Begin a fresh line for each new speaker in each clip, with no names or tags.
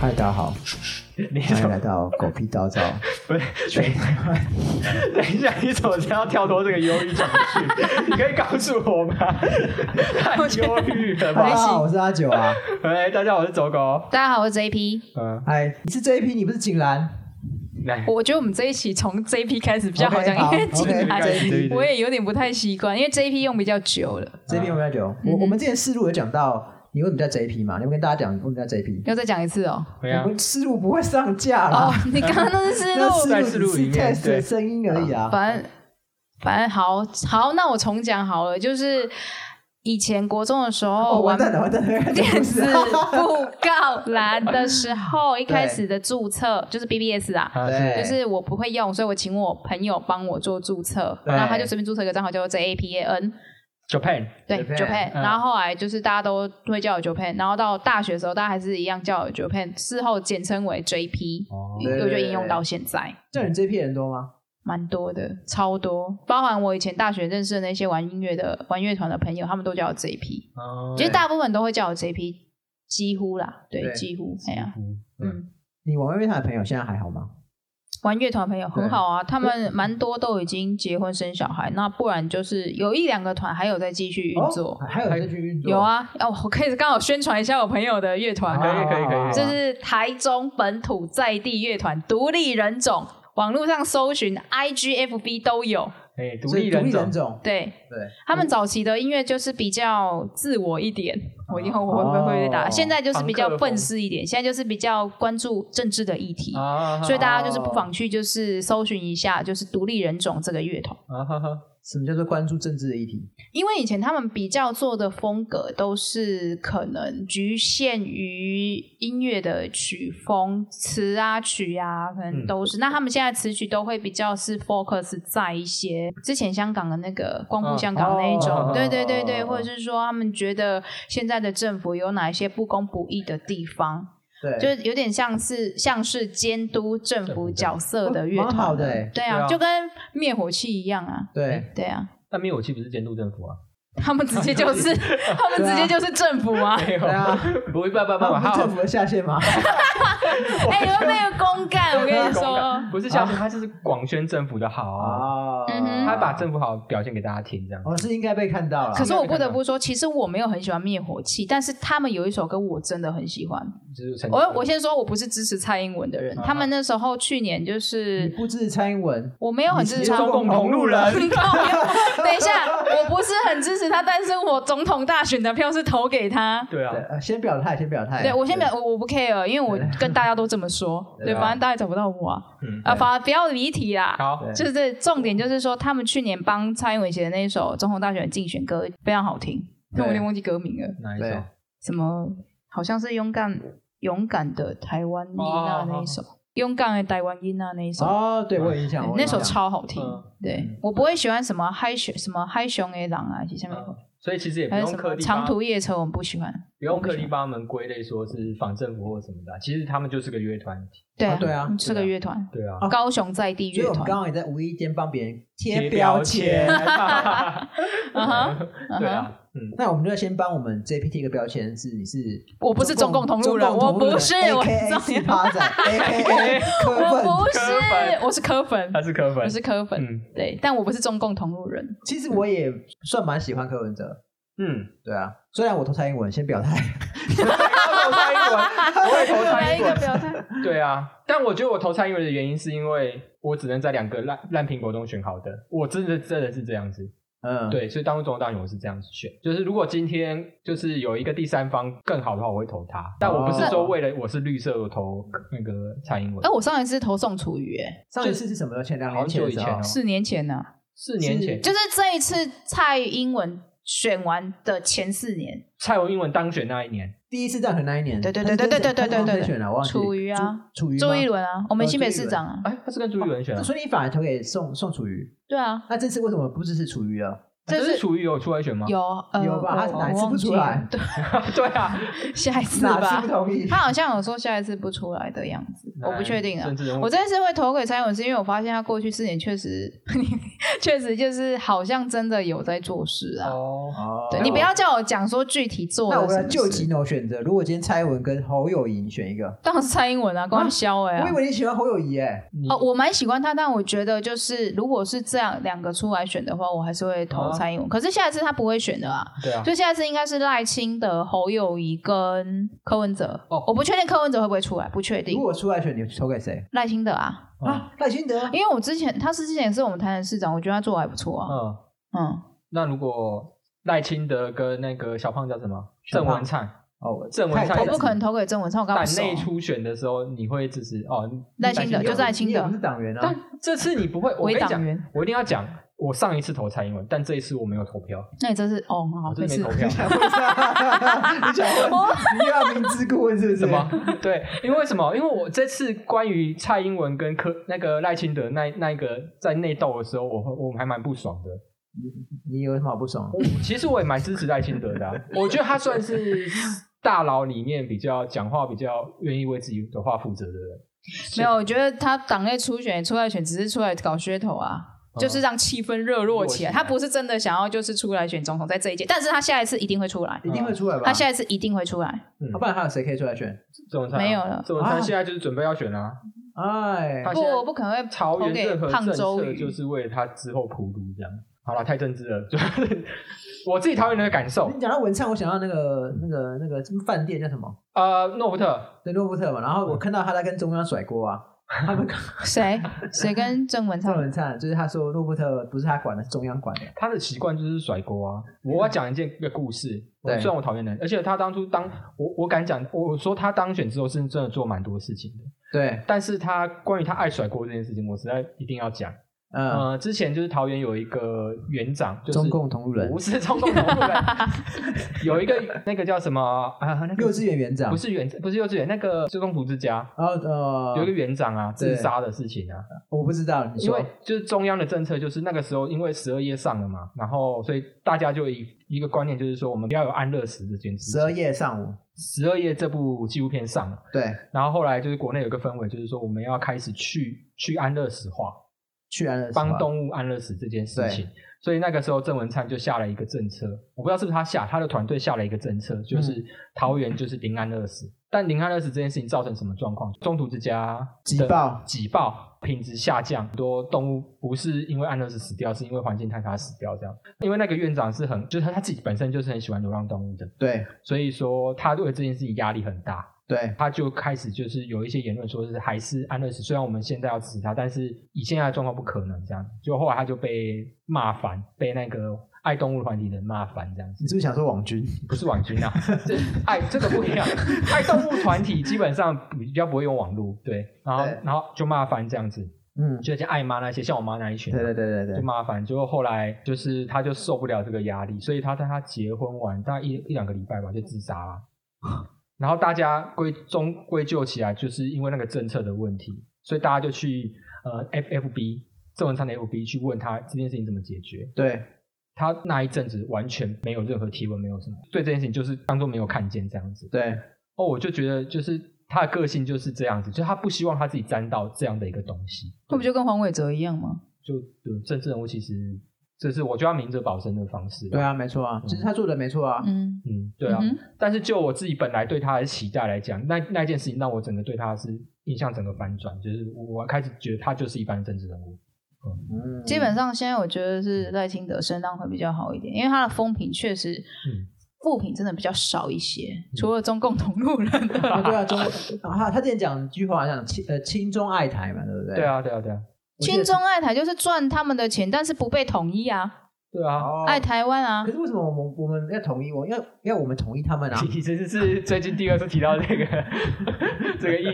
嗨，大家好，
你
欢
怎
迎
么
来到狗屁叨叨。
不是？等一下，等一下，你怎么这样跳脱这个忧郁状绪？你可以告诉我吗？太忧郁
大
了吧
家！
没事
好，我是阿九啊。
哎，大家好，我是走狗。
大家好，我是 JP。
嗯，
嗨，你是这一批，你不是景兰？
来，
我觉得我们这一期从 JP 开始比较好讲
OK，好
因为进
OK，
来
这一批
我也有点不太习惯，因为 JP 用比较久了。
这一批我们要讲，我我们之前思路有讲到，你为什么叫 JP 嘛？你们跟大家讲为什么叫 JP？
要再讲一次哦。
对啊
我，们思路不会上架
哦
啦，，
你刚刚那是思
啊 那
路，
在
思
思
路
路
只
里
是
面
test
对
的声音而已啊。
反正反正好好，那我重讲好了。就是以前国中的时
哦，
候
完
玩
蛋了，完蛋 了，
电子
这不是
布告栏的时候，一开
对
始的注册就是 BBS 啊，
啊
对
就是我不会用，所以我请我朋友帮我做注册，
对
然后他就随便注册一个账号叫做 JAPAN，
Japan，
对
Japan，
Japan，
嗯
然后后来就是大家都会叫我 Japan，然后到大学的时候大家还是一样叫我 Japan，事后简称为 JP，
哦
对
我就应用到现在。
叫你 JP 人多吗？
蛮多的，超多，包含我以前大学认识的那些玩音乐的、玩乐团的朋友，他们都叫我 JP，
哦
其实大部分都会叫我 JP，几乎啦，对，
对
几乎，哎呀、嗯，
你玩外面团的朋友现在还好吗？
玩乐团的朋友
对
很好啊，他们蛮多都已经结婚生小孩，那不然就是有一两个团还有在继续运作，
哦还有这句运作
有，啊，哦，我可以刚好宣传一下我朋友的乐
啊
团，
可以可以可以
这是台中本土在地乐团独立人种，网络上搜寻 IGFB 都有，
哎，独
所以
立
独
人
立人
种，
种，
对。
对，
他们早期的音乐就是比较自我一点，我以后我会会会打。
哦
现在就是比较
朋克风
愤世一点，现在就是比较关注政治的议题。
啊
所以大家就是不妨去就是搜寻一下，就是独立人种这个乐团，
啊哈哈，
什么叫做关注政治的议题？
因为以前他们比较做的风格都是可能局限于音乐的曲风、词啊、曲啊，可能都是。
嗯
那他们现在词曲都会比较是 focus 在一些之前香港的那个光复香港那一种，
哦
对对对对，
哦
或者是说他们觉得现在的政府有哪一些不公不义的地方，
对，
就是有点像是像是监督政
政府
府
的
角色的乐
蛮
团
好
了，
的欸
对
对啊
啊，就跟灭火器一样啊，
对。
对啊，
但灭火器不是监督政府啊？
他们直接就是 他们直接就是政府啊，
没有
啊对啊，
哎不会，不不不，
那我们
好
政，府的下线吗？啊
哎，有没有公干？我跟你说，
不是相信他就是广宣政府的好啊，
哦
嗯哼
他把政府好表现给大家听，这样。
我哦是应该被看到了。
可是我不得不说，其实我没有很喜欢灭火器，但是他们有一首歌我真的很喜欢。
就是成
我我先说，我不是支持蔡英文的人，
啊
他们那时候去年就
你
是。
不支持蔡英文，
我没有很支持
你是
他，
中共同路 人
靠等一下，我不是很支持他，但是我总统大选的票是投给他。
对啊
对，，呃先表态，先表态。
对我先表，我我不 care，因为我跟大家都这 么说，
对
对，
啊
反正大家找不到我啊。
嗯，
啊，反而不要离题啦。
好，
对
就是这重点就是说，他们去年帮蔡英文写的那一首总统大选竞选歌非常好听，但我有点忘记歌名了，
哪一
对
首？
什么好像是勇敢勇敢的台湾音啊那一首，勇敢的台湾音啊那一首。
哦，对我有印
对
象，我有
那
印
首
象
超好听，
嗯
对我不会喜欢什么嗨熊什么嗨熊 A 狼啊，其实下面、
嗯所以其实也不
还有
用
什
刻
么
意
长
把
途夜车，我们不喜欢。
不用刻意帮他们归类说是反政府或什么的啊，其实他们就是个乐团体。
对
啊对啊
嗯是
对
个
啊
乐团，
对啊，
啊
高雄在地
所以
乐
我们
团。
刚刚也在无意间帮别人贴标 签。
嗯哼， 嗯
对
哼，
啊，嗯，
那我们就要先帮我们 JPT 一个标签，是你是
我不是中共同路人
中共同哎
我不是我
AKA
知道
四趴仔 ，AKA
我
科粉。
不
科粉
是，我是科粉
他，是科粉
我，是科粉，
嗯
对，但我不是中共同路人。
其实我也算蛮喜欢柯文哲，
嗯，
对啊，虽然我投蔡英文，先表态。
投蔡英文，我也 投蔡
来一
英
个
文，
表态，
对啊，但我觉得我投蔡英文的原因是因为我只能在两个烂烂苹果中选好的，我真的真的是这样子，
嗯，，
对，所以当初总统大选我是这样子选，就是如果今天就是有一个第三方更好的话，我会投他，但我不
哦
是说为了我是绿色我投那个蔡英文
哎，，我上一次投宋楚瑜，哎，
上一次是什么时候？前两
好
年前
久
的
以
时
前
候
哦。
四年前呢、
四年前
就是这一次蔡英文选完的前四年，
蔡英文当选那一年，
第一次战和那一年，
对对对
他是
对
他
对对
是
对对
谁选了，我忘记
楚瑜啊，
朱楚瑜吗
朱一，伦啊，我们新北市长
哦
啊，
哎，他是跟朱一伦选
那
的，
所以你反而投给宋宋楚瑜，
对啊，
那这次为什么不支持楚瑜了？啊
这
哎这
是
是楚瑜有出来选吗？
有呃，
有吧
我
他哪一次
我忘
不出
记了
来
对，
对啊，
下一次
哪次
吧
不。同意？
他好像有说下一次不出来的样子，
嗯
我不确定啊
政。治
嗯
人物
我这次会投给蔡英文，是因为我发现他过去四年确实，确实就是好像真的有在做事啊。
哦，
哦
对你不要叫我讲说具体做
那
了
我
什
来
么
就
事，
吉诺选择，如果今天蔡英文跟侯友谊你选一个，
当然是蔡英文啊，关肖哎、
我
啊
以。为你喜欢侯友谊哎，
你
哦，我蛮喜欢他，但我觉得就是如果是这样两个出来选的话，我还是会投
啊
蔡英文。可是下一次他不会选的啊，
对啊，
就下一次应该是赖清德、侯友谊跟柯文哲。
哦
我不确定柯文哲会不会出来，不确定
如。果出来选，你投给谁
赖清德啊，
啊？赖清德
因为我之前他是之前是我们台南市长，我觉得他做的还不错啊。
嗯，
嗯，
那如果赖清德跟那个小胖叫什么
小
郑
胖
文灿
哦，
郑文灿
太
我不可能投给郑文灿，我刚
党
不熟。嗯
内初选的时候，你会支持哦
赖清德
你也
就赖清
你
德
也不是党员啊
但，这次你不会，我跟
为
你
党
讲，
员，
我一定要讲，我上一次投蔡英文，但这一次我没有投票，
那你真是哦，好
我
没
真的
事
没投。票。
你想问，你又要明知故问是不是？
什么？ 对，因为为什么？因为我这次关于蔡英文跟柯那个赖清德那那一个在内斗的时候，我会我还蛮不爽的。
你有什么好不爽？
我其实我也蛮支持赖清德 的啊、我觉得他算是大佬里面比较讲话比较愿意为自己的话负责的人。
没有，我觉得他党内初选、出来选只是出来搞噱头啊，就是让气氛热络起
热络起
来。
来
他不是真的想要就是出来选总统，在这一届，但是他下一次一定会出来，
一定会出来吧？
他下一次一定会出来。
嗯
啊，不然还有谁可以出来选？
郑文灿啊
没有了
郑文灿
啊
现在就是准备要选啊。
哎，
他
不，
现在
我不可能会
桃
投
园
给
任何
胖
政
周
策
瑜。
就是为了他之后铺路这样。好了，太政治了，就是 我自己桃园人的感受。
你讲到文灿，我想到那个那个那个饭店叫什么？
呃，诺福特
对，诺夫特嘛。然后我看到他在跟中央甩锅啊，他们
谁谁跟郑文
赵
灿？
文灿就是他说诺夫特不是他管的，是中央管的。
他的习惯就是甩锅啊。我要讲一件一个故事，
嗯对
虽然我讨厌人，而且他当初当我我敢讲，我我说他当选之后是真的做蛮多事情的，
对，
但是他关于他爱甩锅这件事情，我实在一定要讲。
嗯，
呃，之前就是桃园有一个园长，就是
中共同路人
不，是中共 同路人，有一个那个叫什么啊？那个
幼稚园园长
不。是园，不是幼稚园，那个就中途之家。
哦呃
有一，个园长啊，
对
自杀的事情啊，
我不知道，你
因
说
为就是中央的政策，就是那个时候因为十二夜上了嘛，然后所以大家就一一个观念就是说，我们不要有安乐死这件事
十
情。
二夜上午，
十二夜这部纪录片上了，
对，
然后后来就是国内有一个氛围，就是说我们要开始去去安乐死化，
去安乐死
帮
吧
动物安乐死这件事情。所以那个时候郑文灿就下了一个政策，我不知道是不是他下，他的团队下了一个政策，
嗯
就是桃园就是零安乐死。但零安乐死这件事情造成什么状况？中途之家的
挤爆
挤爆，品质下降，很多动物不是因为安乐死死掉，是因为环境太差死掉这样。因为那个院长是很，就是他他自己本身就是很喜欢流浪动物的，
对
所以说他对这件事情压力很大。
对，
他就开始就是有一些言论说是还是安乐死，虽然我们现在要吃它，但是以现在的状况不可能这样。就后来他就被骂烦，被那个爱动物团体的人骂烦这样子
你，是不是想说网军？
不是网军啊，这爱这个不一样，爱动物团体基本上比较不会用网络，对，然后
对
然后就骂烦这样子，
嗯，
就像爱妈那些，像我妈那一群啊，
对对对对
就
对，
麻烦。结果后来就是他就受不了这个压力，所以他在他结婚完大概一一两个礼拜吧就自杀了。然后大家归中归咎起来，就是因为那个政策的问题，所以大家就去呃 F F B 郑文灿的 F B 去问他这件事情怎么解决。
对，
他那一阵子完全没有任何提问，没有什么对这件事情就是当做没有看见这样子。
对，
哦，我就觉得就是他的个性就是这样子，就他不希望他自己沾到这样的一个东西。
会不就跟黄伟哲一样吗？
就对政治人物其实这是我觉得要明哲保身的方式。
对，啊，没错啊，其实他做的没错啊，
嗯，
嗯，对啊。
嗯哼
但是就我自己本来对他的期待来讲，那那件事情让我整个对他是印象整个反转，就是我我开始觉得他就是一般政治人物。
嗯
基本上现在我觉得是赖清德声浪会比较好一点，因为他的风评确实
嗯，
负评真的比较少一些，除了中共同路人的
啊，
啦。
对啊，中国，啊，他之前讲一句话，讲亲呃亲中爱台嘛，对不对？
对，啊，对啊，对啊，
我记得
亲中爱台就是赚他们的钱，但是不被统一啊，
对啊。
哦，
爱台湾啊
可。是为什么我们我们要同意我要要我们同意他们啊？
你真是最近第二次提到 这个这个议，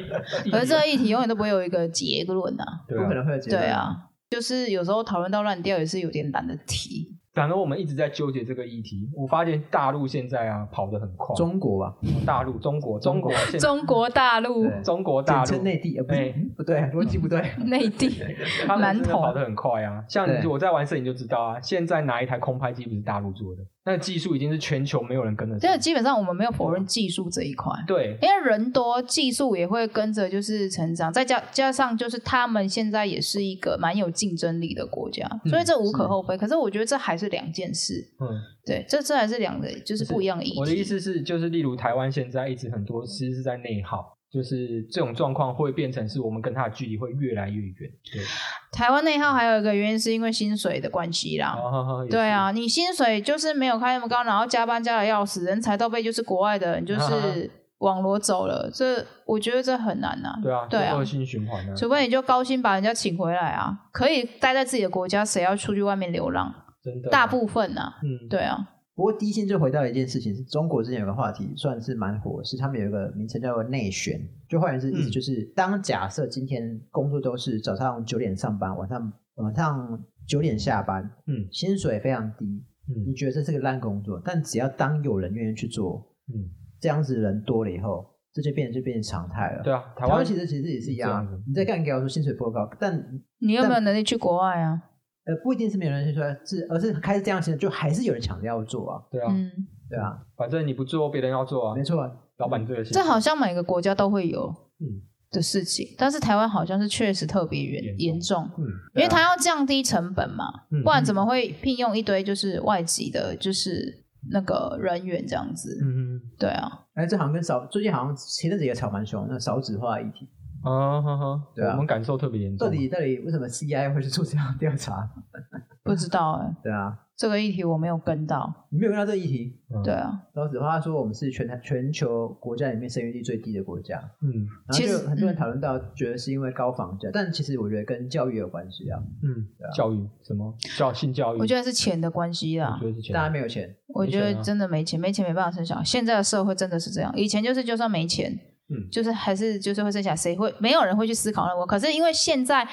议
而
题
这个议题永远都不会有一个结论啊。
对
不可
啊，
能会有结
对
论。
啊，就是有时候讨论到乱掉也是有点懒得提。
反正我们一直在纠结这个议题。我发现大陆现在啊跑得很快，
中国吧，
大陆中国中国现
中国大陆
对
中国大
简
陆
称内地，呃，不是
哎
嗯不对，逻辑不对。
内地，
他们
南
真的
投
跑得很快啊！像
对
我在玩摄影就知道啊，现在哪一台空拍机不是大陆做的？那技术已经是全球没有人跟得
这
上
个。基本上我们没有否认技术这一块。
对，
因为人多，技术也会跟着就是成长，再加加上就是他们现在也是一个蛮有竞争力的国家，
嗯
所以这无可厚非。可是我觉得这还是两件事，
嗯，
对，这这还是两个就是不一样的意义。
我的意思是，就是例如台湾现在一直很多其实是在内耗，就是这种状况会变成是我们跟他的距离会越来越远。对，
台湾内耗还有一个原因是因为薪水的关系啦。
然后哦也是
对，啊，你薪水就是没有开那么高，然后加班加的要死，人才都被就是国外的人就 是网罗走了，这我觉得这很难啊。
对啊，
对啊
就恶性循环啊。
除非你就高薪把人家请回来啊，可以待在自己的国家，谁要出去外面流浪？
真的啊
大部分啊，
嗯，
对啊，
不过低薪就回到一件事情，是中国之前有个话题算是蛮火，是他们有一个名称叫做内旋，就换言之，意思
嗯
就是、当假设今天工作都是早上九点上班，晚上晚上九点下班，
嗯
薪水非常低，你
嗯
觉得这是个烂工作，但只要当有人愿意去做，
嗯，
这样子人多了以后，这就变就变成常态了。
对啊，台
台
湾
湾其实其实也是一样
是这样
啊
子，
你在干给我说薪水不够高，但
你有没有
但
能力去国外啊？
呃不一定是没有人去说，是而是开始这样想，就还是有人抢着要做啊，
对啊，
嗯，
对啊，
反正你不做，别人要做啊
没。错啊，
老板最有
这好像每个国家都会有
嗯
的事情，但是台湾好像是确实特别严
严
严重，
嗯，
因
对
为
啊
它要降低成本嘛，
嗯
不然怎么会聘用一堆就是外籍的，就是那个人员这样子？
嗯嗯
对啊，
哎，这好像跟少最近好像前阵子也炒蛮凶，那少子化议题，
嗯啊哈哈，
对啊
我们感受特别严重
到
啊。
底到底为什么 CI 会去做这样的调查？
不知道哎、
对啊，
这个议题我没有跟到，
你没有看到这个议题？
嗯
对啊，
少子化说我们是全台全球国家里面生育率最低的国家，
嗯
然后
其
就
实
很多人
嗯
讨论到觉得是因为高房价，但其实我觉得跟教育有关系啊，
嗯
对啊，
教育什么教性教育？
我觉得是钱的关系啦
我。觉得是钱
大家没有钱，
我觉
没
得
钱啊
真的没钱，没钱没办法生小孩。现在的社会真的是这样，以前就是就算没钱，
嗯
就是还是就是会生小孩，谁会没有人会去思考那个问题。可是因为现在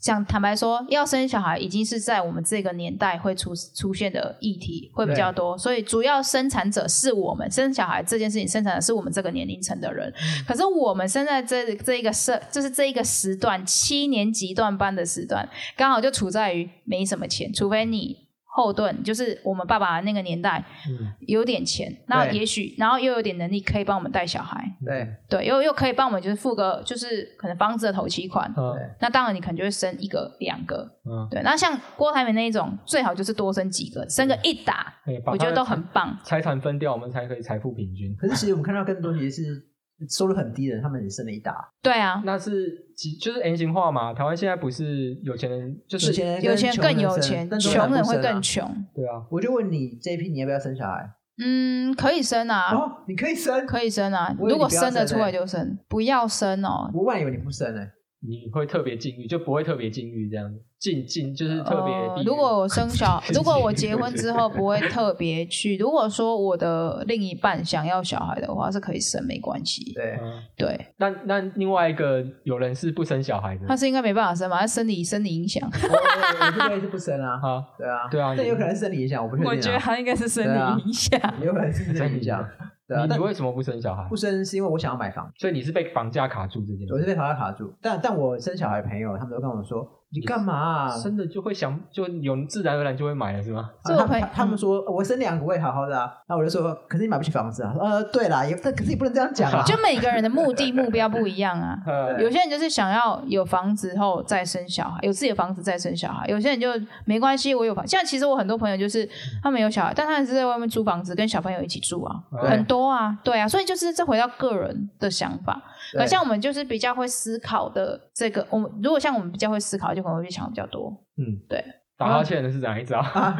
讲坦白说，要生小孩已经是在我们这个年代会出出现的议题会比较多，所以主要生产者是我们生小孩这件事情，生产的是我们这个年龄层的人。可是我们现在这这一个社，就是这一个时段，七年级段班的时段，刚好就处在于没什么钱，除非你后盾，就是我们爸爸那个年代
嗯
有点钱，那
对
也许然后又有点能力可以帮我们带小孩，
嗯
对
对，又又可以帮我们就是付个就是可能房子的头期款。
嗯
对，
那当然，你可能就会生一个、两个，
嗯，
对。那像郭台铭那一种，最好就是多生几个，生个一打，
哎把
我觉
他
得
的
都很棒。
财产分掉，我们才可以财富平均。
可是其实我们看到更多其实是收入很低的人，他们也生了一大，
对啊，
那是其就是 N 型化嘛？台湾现在不是有钱人就是
有钱人
有钱人更有钱，穷人会更
穷。
穷。
对啊，
我就问你这一批你要不要生小孩？
嗯，可以生啊，
哦，你可以生，
可以生啊。
我以为
如果
你不要
生得
生
出来
欸
就生，不要生哦。
我本来以为你不生欸呢、
你会特别禁欲，就不会特别禁欲这样子，禁禁
哦
就是特别避
呃
孕。
如果我生小，如果我结婚之后不会特别去，如果说我的另一半想要小孩的话，是可以生，没关系。
对，
嗯
对，
那那另外一个有人是不生小孩的
他是应该没办法生吧？他生理生理影响，
我我我这边是不生啊，
啊，
对啊，
对啊
但有可能是生理影响，我不确定、啊，
他应该是生
理对啊影
响。
有可能是生理影响，对啊，
你
但
你为什么不生小孩
不？生是因为我想要买房，
所以你是被绑架卡住这件
我是
事。
被法律卡住，但但我生小孩的朋友他们都跟我说，你干嘛、啊？
生的就会想，就有自然而然就会买了，是吗？
这我
他
朋
啊们他他们说呃我生两个我也好好的啊，那我就说，可是你买不起房子啊，呃，对啦，也但可是你不能这样讲啊，
就每个人的目的目标不一样啊。
呃，
有些人就是想要有房子后再生小孩，有自己的房子再生小孩；有些人就没关系，我有房。像其实我很多朋友就是他们有小孩，但他还是在外面租房子，跟小朋友一起住啊，
对
很多啊，对啊。所以就是这回到个人的想法。
对
而像我们就是比较会思考的这个，我们如果像我们比较会思考，就可能会去想比较多。
嗯，
对。
打哈欠的是哪一招？
啊，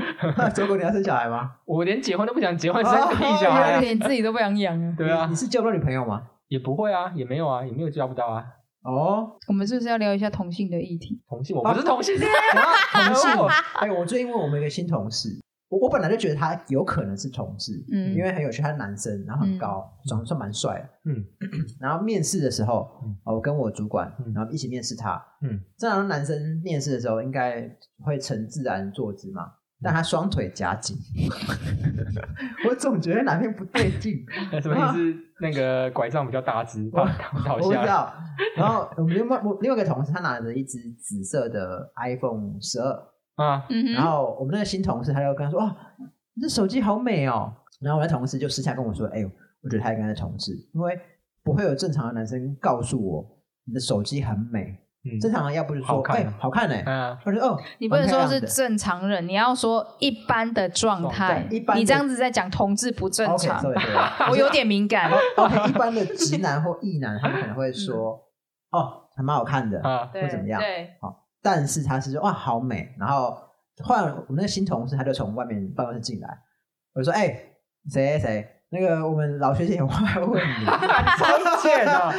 周国你要生小孩吗？
我连结婚都不想结婚，
哦
生 个屁小 孩啊！
连自己都不想养啊！
对啊
你，是交不到女朋友吗？
也不会啊，也没有啊，也没有交不到啊。
哦，
我们是不是要聊一下同性的议题？
同性，我不是同 性恋，啊
同性
可恶，
哎，哦 我最近问我们一个新同事，我我本来就觉得他有可能是同志，
嗯
因为很有趣，他是男生，然后很高，长得算蛮帅的，
嗯。
然后面试的时候
嗯，
哦我跟我主管
嗯，
然后一起面试他，
嗯，
正常男生面试的时候应该会呈自然坐姿嘛，
嗯
但他双腿夹 紧，我总觉得哪边不对 劲，
那什么意思？那个拐杖比较大只，
嗯我
怕打
我
倒
不知
下来。
道。然后我们另外我另外一个同事，他拿着一只紫色的 iPhone 十二，
啊，
嗯
然
哼，
后我们那个新同事他就跟他说：“哦，你这手机好美哦。”然后我那同事就私下跟我说：“哎呦，我觉得他应该是同事，因为不会有正常的男生告诉我你的手机很美。
嗯，
正常的要不是说
好看
哎、好看哎、
啊，
或者哦，
你不能
蛮漂
说
亮
是
的
正常人，你要说一般的状态
状态一般。的
你这样子在讲同志不正
OK，
常，
sorry，sorry
我有点敏感。
啊 OK，一般的直男或异男，他们可能会说：“哦，还蛮好看的。
啊，
会怎么样
对，
但是他是说：“哇，好美。”然后换我们那个新同事，他就从外面办公室进来，我就说：“哎、谁谁谁，那个我们老学姐有话要问 你。”
超贱 啊！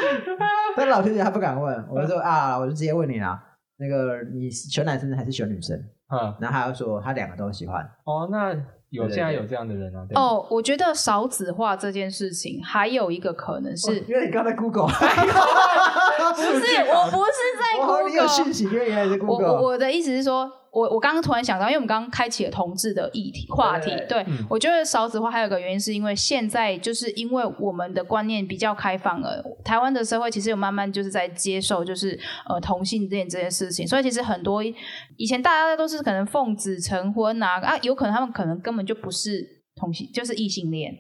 但老学姐她不敢问，我就说啊，我就直接问你啦。那个你喜欢男生还是喜欢女生？
啊，
然后她又说她两个都喜欢。
哦，那有
对对
现在
对
有这样的人啊？对吧，
哦，我觉得少子化这件事情还有一个可能是，
因为你刚才 Google，哦
不是我不是在
哇，你有
Google，
讯息，因为原来是
我我
Google。
我的意思是说，我我刚刚突然想到，因为我们刚刚开启了同志的议题话题，对
嗯
我觉得少子化还有个原因是因为现在就是因为我们的观念比较开放了，台湾的社会其实有慢慢就是在接受就是呃同性恋这件事情，所以其实很多以前大家都是可能奉子成婚啊啊，有可能他们可能根本就不是同性，就是异性恋，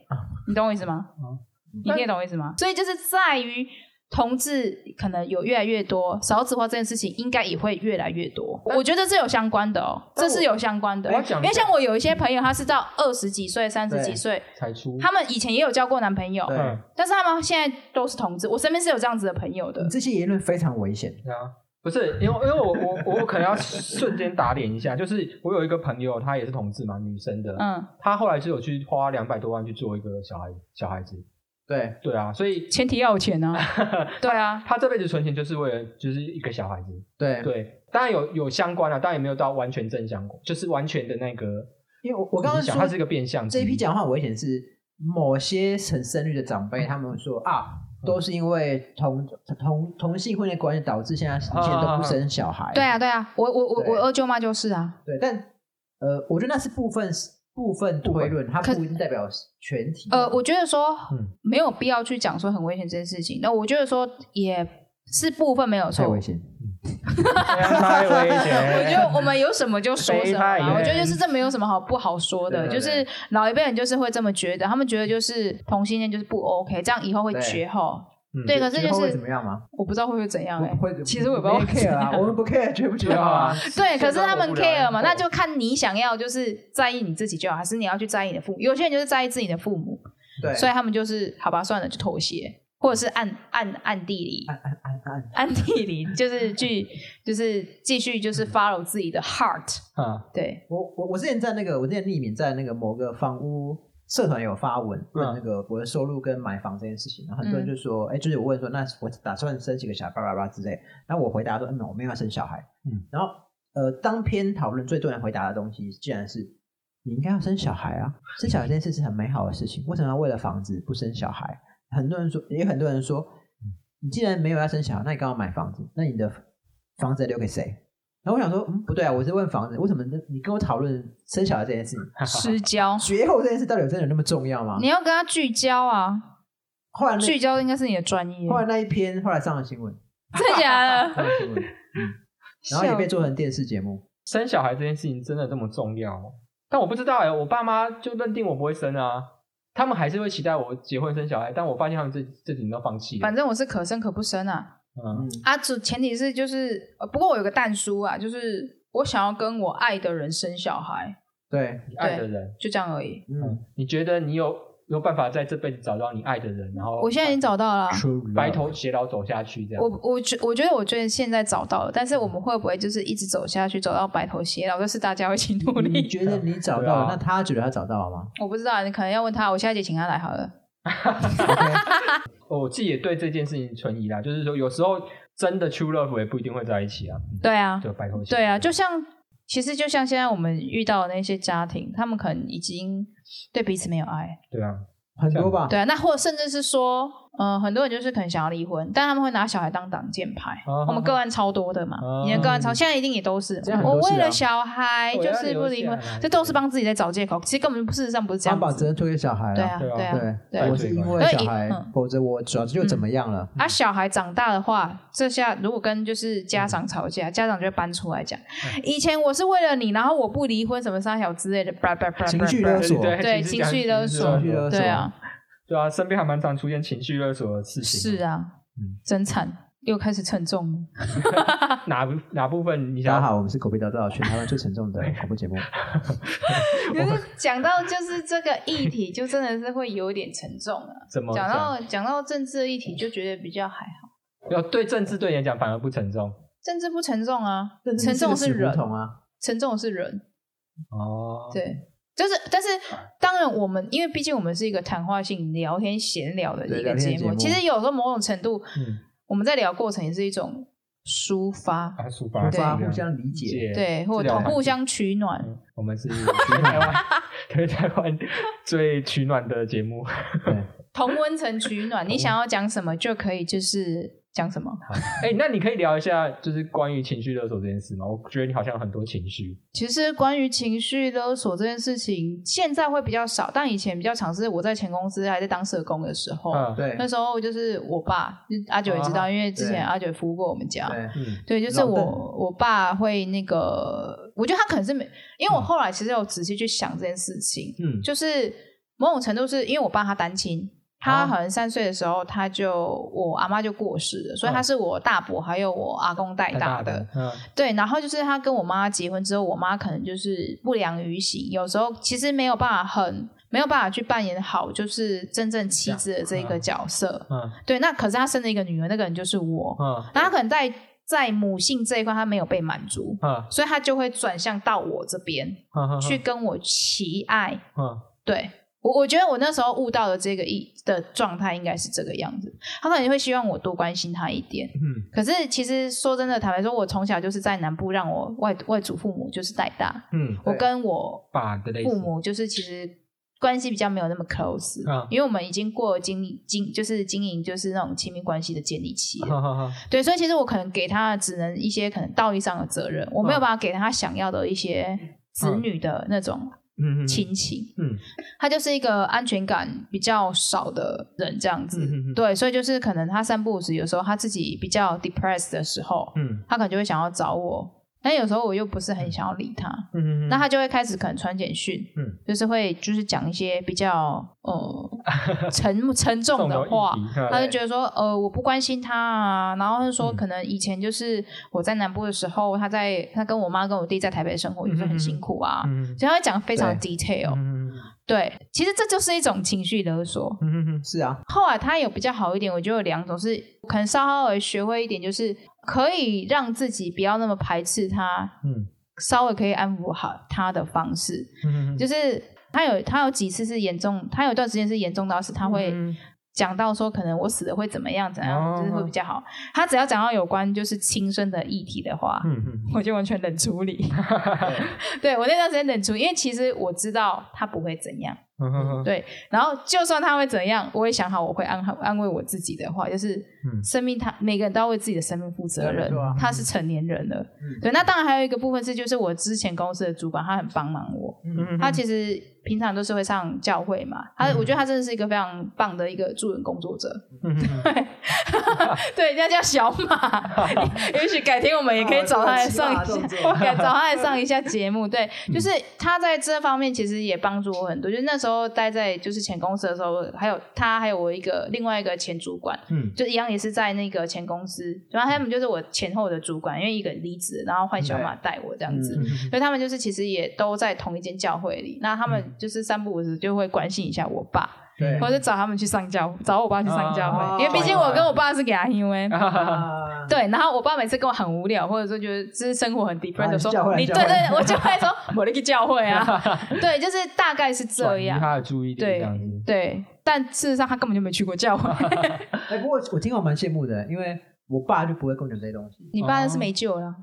你懂我意思吗？
嗯
你听得懂我意思吗？所以就是在于同志可能有越来越多少子化这件事情，应该也会越来越多。我觉得这有相关的哦，
但
这
我
是有相关的。
我要讲一下
因为像我有一些朋友，他是到二十几岁、三十几岁，
才出，
他们以前也有交过男朋友，
对
嗯
但是他们现在都是同志。我身边是有这样子的朋友的
你。这些言论非常危险。
对啊，不是，因为因为我我我可能要瞬间打脸一下，就是我有一个朋友，她也是同志嘛，女生的，
嗯，
她后来就有去花两百多万去做一个小孩小孩子，
对，
对啊，所以
前提要有钱啊。 对啊，
她这辈子存钱就是为了就是一个小孩子，
对，
对，当然有有相关啊，当然也没有到完全正相关，就是完全的那 个
因为我我刚刚
影响它
说
是一个变相之
这
一，
一批讲话很危险是某些很深绿的长辈，他们说啊，都是因为同同同性婚恋关系导致现在年轻人都不生小孩。
对啊，对啊，我我我
对
我二舅妈就是啊。
对，但呃，我觉得那是部分部分推论，它不一定代表全体。
呃，我觉得说
嗯
没有必要去讲说很危险这件事情。那我觉得说也是部分没有错，
险，
非常哎太危险，
我觉得我们有什么就说什么
非派
啊、
员
我觉 得就是这没有什么好不好说的，
对对
就是老一辈人就是会这么觉得，他们觉得就是同性恋就是不 OK，这样以后会
对
绝后。
嗯
对，可是
最
就
后会怎么
是
样吗？
我不知道会不会怎样、欸
不。会，
其实我也不知道
没
会怎
care 啊，
样
我们不 care，绝不绝
对啊
啊？，
哦对，可是他们
现在都
care
不了
嘛，那就看你想要就是在意你自己就好，还是你要去在意你的父母？有些人就是在意自己的父母，
对，
所以他们就是好吧，算了，就妥协，或者是暗暗暗地里
按按
暗 地里就是去就是继续就是
嗯
follow 自己的 heart，
啊，
对，
我我我之前在那个，我之前匿名在那个某个房屋社团有发文问那个我的收入跟买房这件事情，然后很多人就说，哎、就是我问说，那我打算生几个小孩，叭叭叭之类，然后我回答说，嗯，我没有要生小孩，
嗯，
然后呃，当篇讨论最多人回答的东西，竟然是你应该要生小孩啊，生小孩这件事是很美好的事情，为什么要为了房子不生小孩？很多人说，也有很多人说，你既然没有要生小孩，那你干嘛买房子？那你的房子留给谁？然后我想说，嗯，不对啊，我是问房子，为什么你跟我讨论生小孩这件事情？
失焦，
绝后这件事到底有真的有那么重要吗
嗯你？要跟他聚焦啊。
后来
聚
那
焦应该是你的 专业，
后来那一篇后来上了新闻，
真的假的？
上了新闻，然后也被做成电视节目。
嗯生小孩这件事情真的这么重要哦？但我不知道哎、我爸妈就认定我不会生啊，他们还是会期待我结婚生小孩，但我发现他们这这几年都放弃了。
反正我是可生可不生啊，
嗯
嗯，
啊，主前提是就是，呃不过我有个蛋叔啊，就是我想要跟我爱的人生小孩，
对，
你爱的人，
就这样而已。
嗯，
你觉得你有有办法在这辈子找到你爱的人，然后
哦
我现在已经找到了啊、
白头偕老走下去这样
我？我觉我觉得我觉得现在找到了，但是我们会不会就是一直走下去，走到白头偕老，这是大家会一起努
你
嗯
力。
觉 得你找到了，
对啊
那他觉得他找到了吗
我不知道，你可能要问他，我下一集请他来好了。
？OK，
我我自己也对这件事情存疑啦，就是说有时候真的 true love 也不一定会在一起啊。嗯
对啊，
对，白头偕老
对啊，就像其实就像现在我们遇到的那些家庭，他们可能已经对彼此没有爱。
对啊，
很多吧。
对啊，那或甚至是说，嗯、很多人就是可能想要离婚，但他们会拿小孩当挡箭牌。
啊
我们个案超多的嘛，
啊
你的个案超，现在一定也都是
现在。很
我
多是
为
啊
了小孩
我
就
要
是不
留
离
下
婚
来，
这都是帮自己在找借口。其实根本不事实上不是这
他
样
们把责
子。
任推给小孩
对
了
啊，。
对啊
对啊，对
对，
啊
我是因为
对
小孩
嗯，
否则我早就怎么样了。
啊，小孩长大的
嗯
话，这下如果跟就是家长吵架，家长就会搬出来讲，
嗯
以前我是为了你，然后我不离婚，什么三小之类的，叭叭叭叭叭
情绪勒索
对
对情绪勒索
情绪勒索
对啊，
对啊，身边还蛮常出现情绪勒索的事情。
是啊，
嗯
真惨，又开始沉 重了。
啊哪部哪部分你
大
想
家好，我们是狗屁叨叨，全台湾最沉重的广播 节目。
可是讲到就是这个议题，就真的是会有点沉重了。
怎
哦
么
讲到讲到政治议题，就觉得比较还好，
要对政治对演讲反而不沉重
政治不沉重啊，沉
这
重
个
是
死胡
人，
同啊，
沉重是人，
哦。
对。就是，但是当然，我们因为毕竟我们是一个谈话性聊天闲聊的一
对
个
聊
节
天
目，
节目
其实有时候某种程度，
嗯，
我们在聊过程也是一种抒发，
啊，抒发
无法
对
互相理解。
解
对，或
治
者
疗
同
环
互
境
相取暖，
嗯我们是 全台湾全台湾最取暖的节目。
对，
同温层取暖。你想要讲什么就可以，就是讲什么。
哎、那你可以聊一下，就是关于情绪勒索这件事吗？我觉得你好像有很多情绪，
其实关于情绪勒索这件事情，现在会比较少，但以前比较常是我在前公司还在当社工的时候，
嗯，
对
那时候就是我爸，就阿九也知道，
啊
因为之
对
前阿九服务过我们家。
对，
嗯，
对，就是
老邓
我我爸会那个，我觉得他可能是没，因为我后来其实有仔细去想这件事情，
嗯，
就是某种程度是因为我爸他单亲，他
啊
好像三岁的时候他就我阿妈就过世了，所以
嗯
他是我大伯还有我阿公带
太
大的。
了，嗯，
对，然后就是他跟我妈结婚之后，我妈可能就是不良于行，有时候其实没有办法很没有办法去扮演好就是真正妻子的这一个角色。
嗯
对，那可是他生了一个女儿，那个人就是我，
嗯
那他可能在在母性这一块他没有被满足，
嗯
所以他就会转向到我这边
嗯，
去跟我奇爱。
嗯
对我，我觉得我那时候悟到的这个意的状态应该是这个样子，他可能会希望我多关心他一点。
嗯
可是其实说真的，坦白说，我从小就是在南部让我外外祖父母就是带大，
嗯，
我
对
跟我
爸的类似
父，母就是其实关系比较没有那么 close，、
嗯
因为我们已经过了经营经就是经营就是那种亲密关系的建立期了。
哈哈哈，
对，所以其实我可能给他的只能一些可能道义上的责任，我没有
嗯
办法给他想要的一些子女的那种
嗯嗯，
亲情。
嗯
他就是一个安全感比较少的人，这样子。
嗯嗯嗯
对，所以就是可能他散步时，有时候他自己比较 depressed 的时候，
嗯
他可能就会想要找我，但有时候我又不是很想要理他，
嗯，
那他就会开始可能传简讯，
嗯
就是会就是讲一些比较 呃沉沉重的话。他就觉得说，呃，我不关心他啊，然后他就说，
嗯
可能以前就是我在南部的时候，他在他跟我妈跟我弟在台北生活，就是很辛苦啊，
嗯
所以他会讲得非常
对
detail，
嗯
对，其实这就是一种情绪勒索。
嗯
是啊，
后来他有比较好一点，我觉得有两种是可能稍稍微学会一点，就是可以让自己不要那么排斥他，
嗯
稍微可以安抚好他的方式，
嗯，
就是他有他有几次是严重，他有一段时间是严重到是他会。
嗯
讲到说，可能我死了会怎么样？怎样
哦
就是会比较好。他只要讲到有关就是亲生的议题的话，
嗯嗯，
我就完全冷处 理。对我那段时间冷处理，因为其实我知道他不会怎样。对，然后就算他会怎样，我也想好我会安安慰我自己的话，就是
嗯
生命他每个人都要为自己的生命负责
对没
任，
错啊
他是成年人了。
嗯
对，那当然还有一个部分是，就是我之前公司的主管，他很帮忙我。
嗯，
他其实平常都是会上教会嘛，他、
嗯
我觉得他真的是一个非常棒的一个助人工作者。
实
对，人家叫小 马，也许改天我们也可以找他来上一
啊这么
下
奇葩的动作，嗯
改找他来上一下节目。 对，就是他在这方面其实也帮助我很多。就是那时候待在就是前公司的时候，还有他还有我一个另外一个前主管，
嗯
就一样也是在那个前公司，然后他们就是我前后的主管，因为一个离职，然后换小马带我这样子。
嗯
所以他们就是其实也都在同一间教会里，那他们
嗯
就是三不五时就会关心一下我爸，
对
或者找他们去上教，找我爸去上教会，
哦
因为毕竟我跟我爸是给他因为。
啊
对，然后我爸每次跟我很无聊，或者说觉得就是生活很 depressed，、
啊你去教
说
会
你
教
对
会
对，我就会说我那个教会 啊，对，就是大概是这样，
他的注意力这
对
样子，
对，但事实上他根本就没去过教会，
哎，不过我听后蛮羡慕的，因为我爸就不会跟我讲这些东西。
你爸是没救了，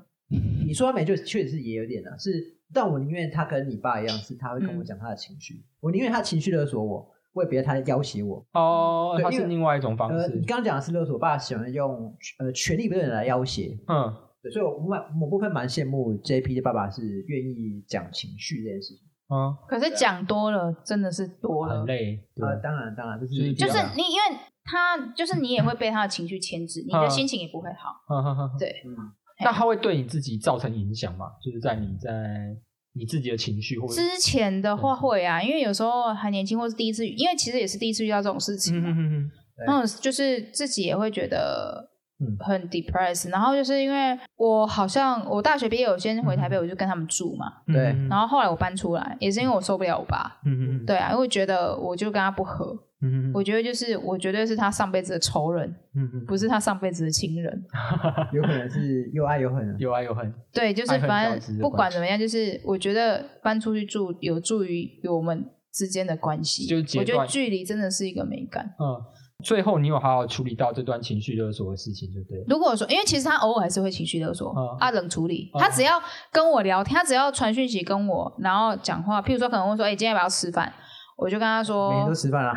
你说他没救，确实是也有点啊，是，但我宁愿他跟你爸一样，是他会跟我讲他的情绪，我宁愿他情绪勒索我，为别的他要挟我。
哦，
对
它
因
是
为
另外一种方
呃，你
式。
刚刚讲的是勒索，我爸喜欢用呃权力不对等来要挟，
嗯
对所以我蛮某部分蛮羡慕 JP 的爸爸是愿意讲情绪这件事情。
嗯，
可是讲多了真的是多了
很，累。对
呃，当然当然，这
所以
是
比较
就是你因为他就是你也会被他的情绪牵制，你的
嗯
心情也不会好。
嗯哼哼哼
嗯，
那它会对你自己造成影响吗？就是在你在你自己的情绪或者
之前的
嗯
话会啊，因为有时候还年轻或是第一次，因为其实也是第一次遇到这种事情
嗯
嘛，
哼哼哼
嗯，就是自己也会觉得
嗯
很 depressed。然后就是因为我好像我大学毕业，我先回台北，我就跟他们住嘛。
嗯
对
哼哼
然后后来我搬出来，也是因为我受不了我爸。
嗯哼哼
对啊，因为觉得我就跟他不合，
嗯哼哼
我觉得就是我绝对是他上辈子的仇人，
嗯哼哼
不是他上辈子的亲人。
有可能是又爱又恨啊。
有爱有恨，
对，就是
爱恨交
反
织
正
的
不
关
管怎么样，就是我觉得搬出去住有助于我们之间的关系。
就是截
我觉得
断
距离真的是一个美感。
嗯，最后你有好好处理到这段情绪勒索的事情，就对了。
如果说，因为其实他偶尔还是会情绪勒索，
嗯
啊，冷处理。
嗯
他只要跟我聊天，他只要传讯息跟我，然后讲话，譬如说可能会说，哎、今天要不要吃饭？我就跟他
每
说
天都，吃饭 啊，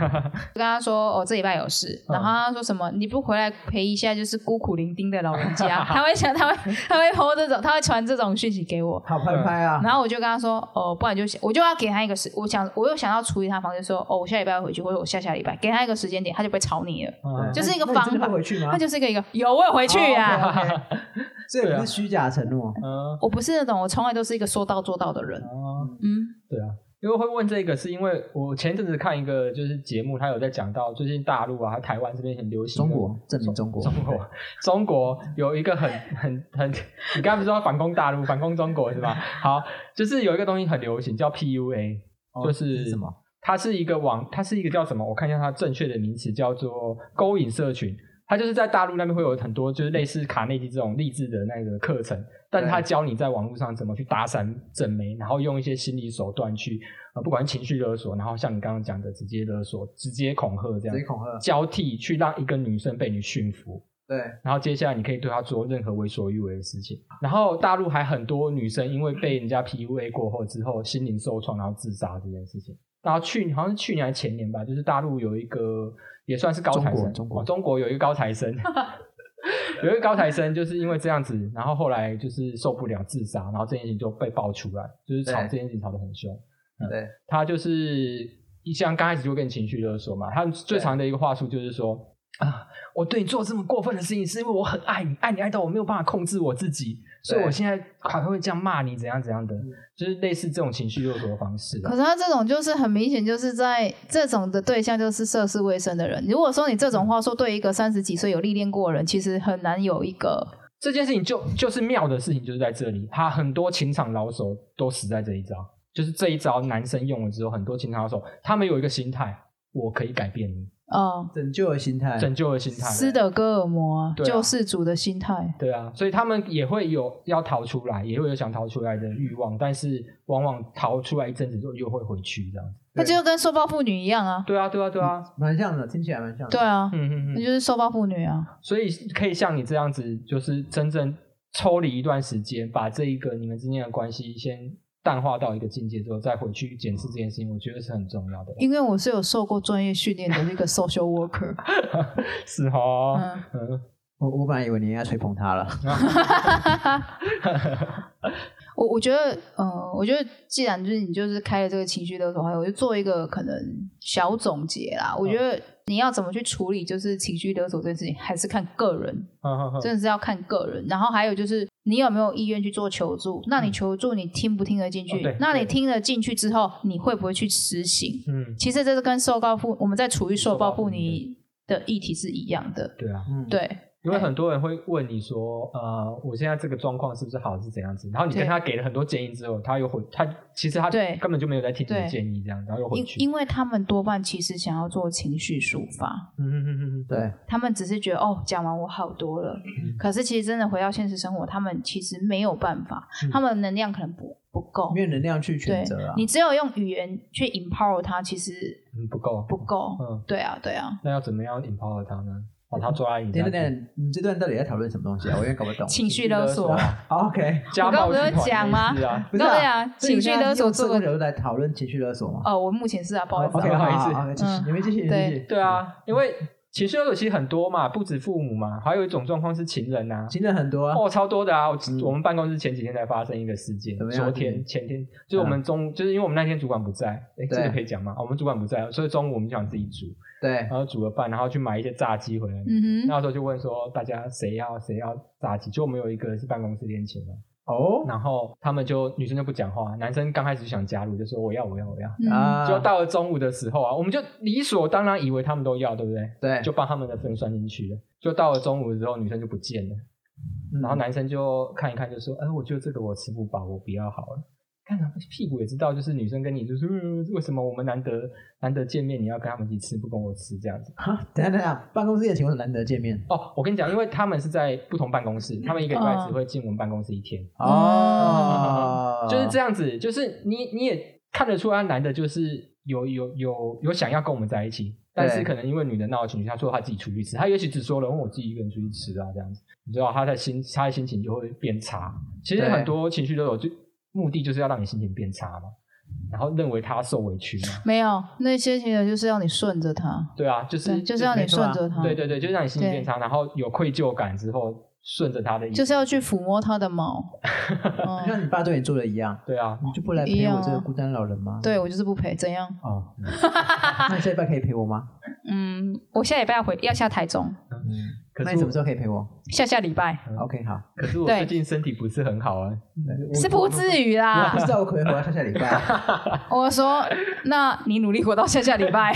跟他说，哦，这礼拜有事。
嗯
然后他说什么，你不回来陪一下，就是孤苦伶仃的老人 家。他会想，他会，他会 po 这种，他会传这种讯息给我。
好拍拍啊，
然后我就跟他说，哦，不然就我就要给他一个时，我想我又想要处理他房间，说，哦，我下礼拜会回去，或者我下下礼拜给他一个时间点，他就不会吵你了。
嗯
就是一个
那你
方
真的
法
会回去吗？
那就是一个一个有我有回去啊，
啊哦，OK，OK 这也不是虚假承诺，
嗯
我不是那种我从来都是一个说到做到的人。
哦
嗯，
对啊，因为会问这个，是因为我前一阵子看一个就是节目，他有在讲到最近大陆啊、台湾这边很流行
中
的
国证明中国，
中国， 中国有一个很 很很，你刚才不是说反攻大陆、反攻中国 是吧？好，就是有一个东西很流行，叫 PUA，、
哦
就是
什么？
它是一个网，它是一个叫什么？我看一下它正确的名词叫做勾引社群。它就是在大陆那边会有很多就是类似卡内基这种励志的那个课程，但是它
对
教你在网络上怎么去搭讪正妹，然后用一些心理手段去，呃，不管是情绪勒索，然后像你刚刚讲的直接勒索、直接恐吓这样
直接恐吓，
交替去让一个女生被你驯服。
对，
然后接下来你可以对她做任何为所欲为的事情。然后大陆还很多女生因为被人家 PUA 过后之后，心灵受创，然后自杀这件事情。然后去好像是去年还前年吧，就是大陆有一个也算是高材
中国
生，
中国
哦中国有一个高材生， 有一个高材生就是因为这样子，然后后来就是受不了自杀，然后这件事情就被爆出来，就是吵
对
这件事情吵得很凶。
对，
他就是一像刚开始就跟你情绪勒索嘛，他最常的一个话术就是说啊，我对你做这么过分的事情，是因为我很爱你，爱你爱到我没有办法控制我自己，所以我现在还会这样骂你，怎样怎样的，就是类似这种情绪勒索的方式啊、
嗯可是他这种就是很明显就是在这种的对象就是涉世未深的人。如果说你这种话说对一个三十几岁有历练过的人，其实很难有一个
这件事情就就是妙的事情，就是在这里，他很多情场老手都死在这一招，就是这一招男生用了之后，很多情场老手他们有一个心态，我可以改变你，
呃
拯救的心态，
拯救的心态，
斯德哥尔摩、啊
对啊
救世主的心态。
对啊，所以他们也会有要逃出来，也会有想逃出来的欲望，但是往往逃出来一阵子就又会回去这样子。
那就跟受暴妇女一样啊，
对啊，对啊，对啊，
蛮像的，听起来蛮像的，
对啊，
嗯嗯嗯，
那就是受暴妇女啊。
所以可以像你这样子，就是真正抽离一段时间，把这一个你们之间的关系先淡化到一个境界之后，再回去检视这件事情，我觉得是很重要的。
因为我是有受过专业训练的那个 social worker，
是哦，
嗯，
嗯，
我我本来以为你应该吹捧他了，
我我觉得，嗯、我觉得既然就是你就是开了这个情绪勒索，还有我就做一个可能小总结啦。我觉得你要怎么去处理就是情绪勒索这件事情，还是看个人，
嗯
真的是要看个人。然后还有就是你有没有意愿去做求助？那你求助你听不听得
嗯
进
哦
去？
对
那你
对
听得进去之后，你会不会去实行？
嗯，
其实这是跟受暴妇我们在处于受暴
受暴
妇
妇
女
女
的议题是一样的，
对啊，
嗯，，
对。
因为很多人会问你说，呃，我现在这个状况是不是好是怎样子？然后你跟
对
他给了很多建议之后，他又回他其实他
对
根本就没有在听你
对
的建议，这样，然后又回
因
去。
因为他们多半其实想要做情绪抒发，
嗯嗯嗯嗯
对，
他们只是觉得哦，讲完我好多了，可是其实真的回到现实生活，他们其实没有办法，
嗯
他们能量可能不不够
没。有能量去选
对
择啊，
你只有用语言去 empower 他，其实
嗯，不够。
不够。
嗯，
对啊，对啊，
那要怎么样 empower 他呢？把
嗯
他抓在你
等
家
等等等，你这段到底在讨论什么东西啊？我有点搞不懂。
情绪勒索，
好 OK，
家暴
我刚
集
不是
团
讲吗
也是 啊，
不是啊
对啊
所以你
情绪
现在
勒索
用这
做
个角度来讨论情绪勒索吗？ 哦
哦，我目前是啊，不好意思啊
OK，
不好意思
好，好继续
嗯
你们继续，你们继续。
对，啊，因为情绪勒索其实很多嘛，不止父母嘛，还有一种状况是情人呐、
情人很多啊，
哦，超多的啊！我
嗯
我们办公室前几天才发生一个事件
怎么，样嗯
昨天、前天，就是我们中，就是因为我们那天主管不在，哎，这
对
个可以讲吗？哦我们主管不在，所以中午我们就想自己煮，
对
然后煮了饭，然后去买一些炸鸡回来。
嗯哼，
那时候就问说大家谁要谁要炸鸡，就我们有一个是办公室恋情嘛，
哦
然后他们就女生就不讲话，男生刚开始想加入就说我要我要我要，
嗯
啊，
就到了中午的时候啊，我们就理所当然以为他们都要，对不对？
对，
就把他们的分算进去了。就到了中午的时候，女生就不见了，
嗯
然后男生就看一看，就说：“哎，我觉得这个我吃不饱，我不要好了。”看他屁股也知道，就是女生跟你就说、呃为什么我们难得难得见面，你要跟他们一起吃，不跟我吃这样子？
啊 等一下等一下，办公室恋情为什么难得见面？
哦，我跟你讲，因为他们是在不同办公室，他们一个礼拜只会进我们办公室一天，
哦，
就是这
样，
样子。就是你你也看得出来，男的就是有有有有想要跟我们在一起，但是
对
可能因为女的闹情绪，他说他自己出去吃，他也许只说了问我自己一个人出去吃啊这样子，你知道他的心他的心情就会变差。其实
对
很多情绪都有，就目的就是要让你心情变差嘛，然后认为他受委屈嘛，
没有那些情人就是要你顺着他，
对啊，就是
对，就是要你
没错啊
顺着他，
对对对，就是让你心情
对
变差，然后有愧疚感之后，顺着他的意思，
就是要去抚摸他的毛。
就
嗯，
像你爸对你做的一样，
对啊，
你就不来陪我这个孤单老人吗？，
对我就是不陪，怎样？
哦，那你下礼拜可以陪我吗？
嗯，我下礼拜要回，要下台中，
嗯，
可
那
是
你
我
什么时候可以陪我
下下礼拜
？OK，好，
可是我
对
最近身体不是很好啊，我
是不至于啊
我
啦
不。知道我可不可以活到下下礼拜，啊
我说，那你努力活到下下礼拜。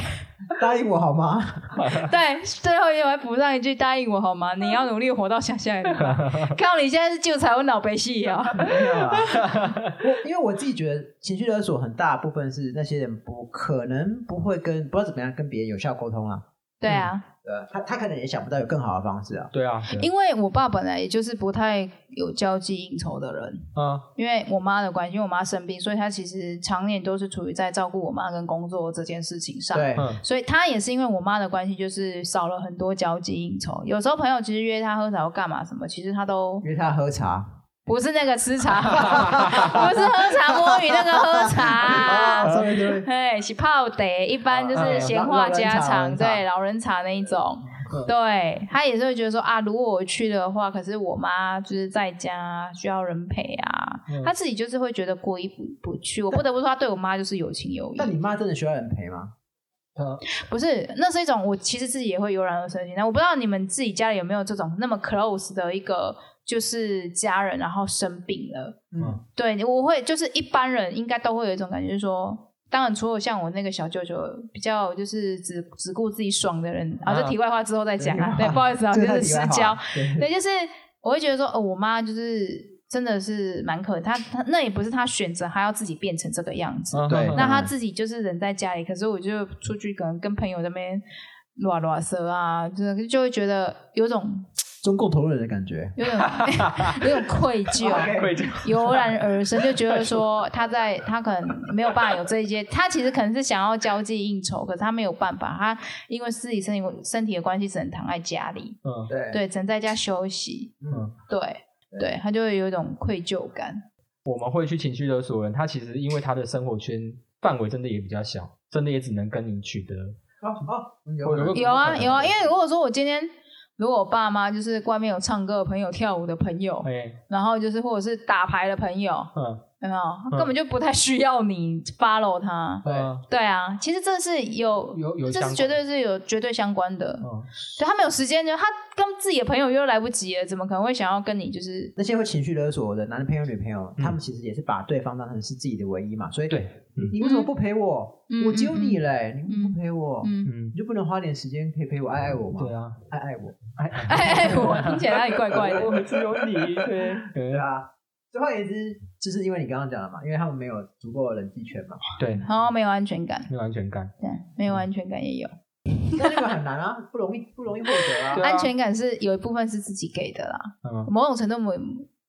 答应我好吗？
对，最后一回补上一句，答应我好吗？你要努力活到下下礼拜。靠，你现在是救财我脑白戏啊！
没有啊，我因为我自己觉得情绪勒索很大部分是那些人不可能不会跟不知道怎么样跟别人有效沟通啊，
对啊，
呃，他他可能也想不到有更好的方式啊，
对啊，对啊
因为我爸本来也就是不太有交际应酬的人，
嗯
因为我妈的关系，因为我妈生病，所以她其实常年都是处于在照顾我妈跟工作这件事情上。
对，
嗯
所以她也是因为我妈的关系，就是少了很多交际应酬。有时候朋友其实约她喝茶或干嘛什么，其实她都
约他喝茶，
不是那个吃 茶，不是喝茶摸鱼那个喝茶。
所以就是
嘿，是泡茶，一般就是闲话家常，对， 老人茶那一种。对他也是会觉得说啊，如果我去的话，可是我妈就是在家需要人陪啊，
嗯
他自己就是会觉得过意不不去。我不得不说，他对我妈就是有情有义。
但你妈真的需要人陪吗？
嗯
不是，那是一种我其实自己也会油然而生的心态。我不知道你们自己家里有没有这种那么 close 的一个，就是家人然后生病了。
嗯，
对，我会就是一般人应该都会有一种感觉，就是说，当然除了像我那个小舅舅比较就是只只顾自己爽的人，啊，
啊
这题外话之后再讲啊。
题外
对，
话
不好意思啊，
这
就
个太
是
题
私
外话
交
了。
对，就是我会觉得说，哦，我妈就是真的是蛮可，她她那也不是她选择，她要自己变成这个样子。
嗯
对
嗯
那她自己就是人在家里，可是我就出去可能跟朋友在那边乱乱舌啊，就是就会觉得有种
中共同路人的感觉，
有种有种愧疚。
OK
愧疚，
油然而生，就觉得说他在他可能没有办法有这一些，他其实可能是想要交际应酬，可是他没有办法，他因为自己身体身体的关系，只能躺在家里，
嗯
对，
对，只能在家休息，
嗯。
对对，他就会有一种愧疚感，
我们会去情绪勒索人，他其实因为他的生活圈范围真的也比较小，真的也只能跟你取得。
哦哦，有
有
有啊有啊，因为如果说我今天。如果我爸妈就是外面有唱歌的朋友、跳舞的朋友，
哎，
然后就是或者是打牌的朋友，
嗯，
有没有？他根本就不太需要你 follow 他。
对
嗯
对啊，其实这是有
有有
这
相
是
关
绝对是有绝对相关的。
嗯
对他没有时间，就他跟自己的朋友又来不及了，怎么可能会想要跟你就是？
那些会情绪勒索的男朋友、女朋友，
嗯
他们其实也是把对方当成是自己的唯一嘛，所以
对，嗯
你为什么不陪我？
嗯
我救你嘞，你为什么
嗯
不陪我？
嗯，
嗯，
你就不能花点时间陪陪我、爱爱我吗？
对啊，
爱爱我，
哎
哎，哎我听起来哪里怪 怪的。
我只有你， 嗯对，
对啊。最后一支就是因为你刚刚讲了嘛，因为他们没有足够的人际圈 嘛，
对，
然哦后没有安全感，
没有安全感，
对，没有安全感也有。
但那个很难啊，不容易，不容易获得啊
对。啊
安全感是有一部分是自己给的啦，
嗯
某种程度我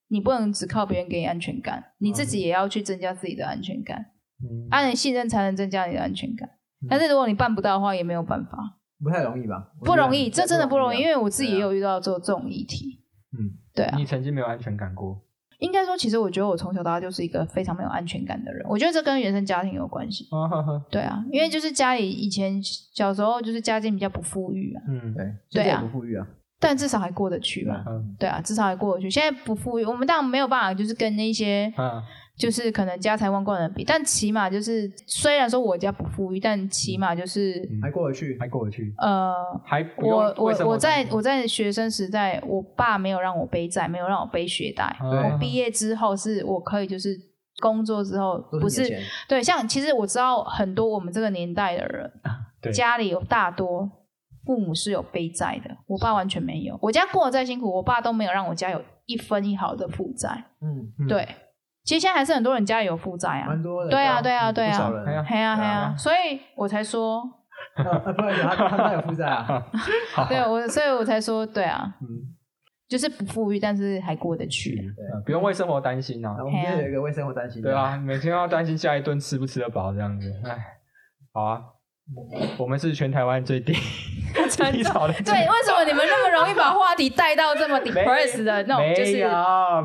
你不能只靠别人给你安全感，你自己也要去增加自己的安全感，
嗯，
啊安人信任才能增加你的安全感。但是如果你办不到的话，也没有办法。
不太容易吧？
不容易，这真的不容易，因
为
为我自己也
对啊
有遇到做这种议题。
嗯，
对啊，
你曾经没有安全感过，
应该说，其实我觉得我从小到大就是一个非常没有安全感的人。我觉得这跟原生家庭有关系。
啊哈哈，
对啊，因为就是家里以前小时候就是家境比较不富裕啊，
嗯，
对，现在
对
也
啊
不富裕啊，
但至少还过得去吧。
嗯
对啊，至少还过得去。现在不富裕，我们当然没有办法，就是跟那些
啊，
就是可能家财万贯的人比，但起码就是虽然说我家不富裕，但起码就是
嗯
还过得去。
还过得去，
嗯
呃，
还不用
我
为生
我
活
我在
担心
我在学生时代，我爸没有让我背债，没有让我背学贷。
对
我毕业之后是我可以就是工作之后，
都
不
是你的
是
钱，
对，像其实我知道很多我们这个年代的人，
对
家里有大多父母是有背债的，我爸完全没有。我家过得再辛苦，我爸都没有让我家有一分一毫的负债。
嗯，
嗯
对，其实现在还是很多人家里有负债啊
蛮。多的。
对啊，对啊，对
不少
啊，
人
哎呀
啊。
嘿啊，嘿
对
啊
啊，
所以我才说，
啊 不好意思，他他他有负债啊。
好，
对我，所以我才说，对啊，
嗯，
就是不富裕，但是还过得去。
嗯不用为生活担心呐
啊，我们今天有一个为生活担心的。
对啊，每天要担心下一顿吃不吃得饱这样子，哎，好啊，我们是全台湾最 低低潮的，
对，为什么你们那么容易把话题带到这么 depressed 的那种，就是
没有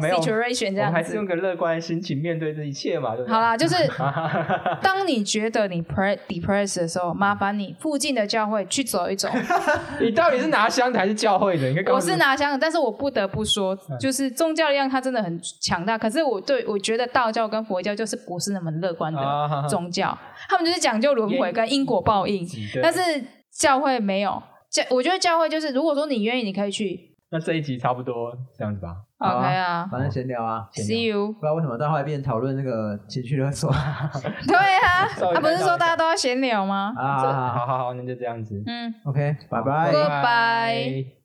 没有，
situation 这
我们还
样
是用
子？
个乐观的心情面对这一切嘛，对不对？
好啦，就是
啦，
当你觉得你 pre- depressed 的时候，麻烦你附近的教会去走一走。
你到底是拿香的还是教会的？你可以告
我
诉
是拿香的，但是我不得不说，
嗯
就是宗教力量它真的很强大。可是我对我觉得道教跟佛教就是不是那么乐观的
啊
嗯
哈哈
宗教，他们就是讲究轮回跟因果报应，
己的，
但是教会没有。教我觉得教会就是，如果说你愿意，你可以去。
那这一集差不多这样子吧。
好
OK
啊
啊
反正闲聊啊，
，See you
不。知道为什么到后来变成讨论那个情绪勒索啊
对 啊，
稍微
他不是
看到
说
一
大
下
家都要闲聊吗？
啊。啊
好好好，那就这样子，
嗯，
OK，拜拜。
Goodbye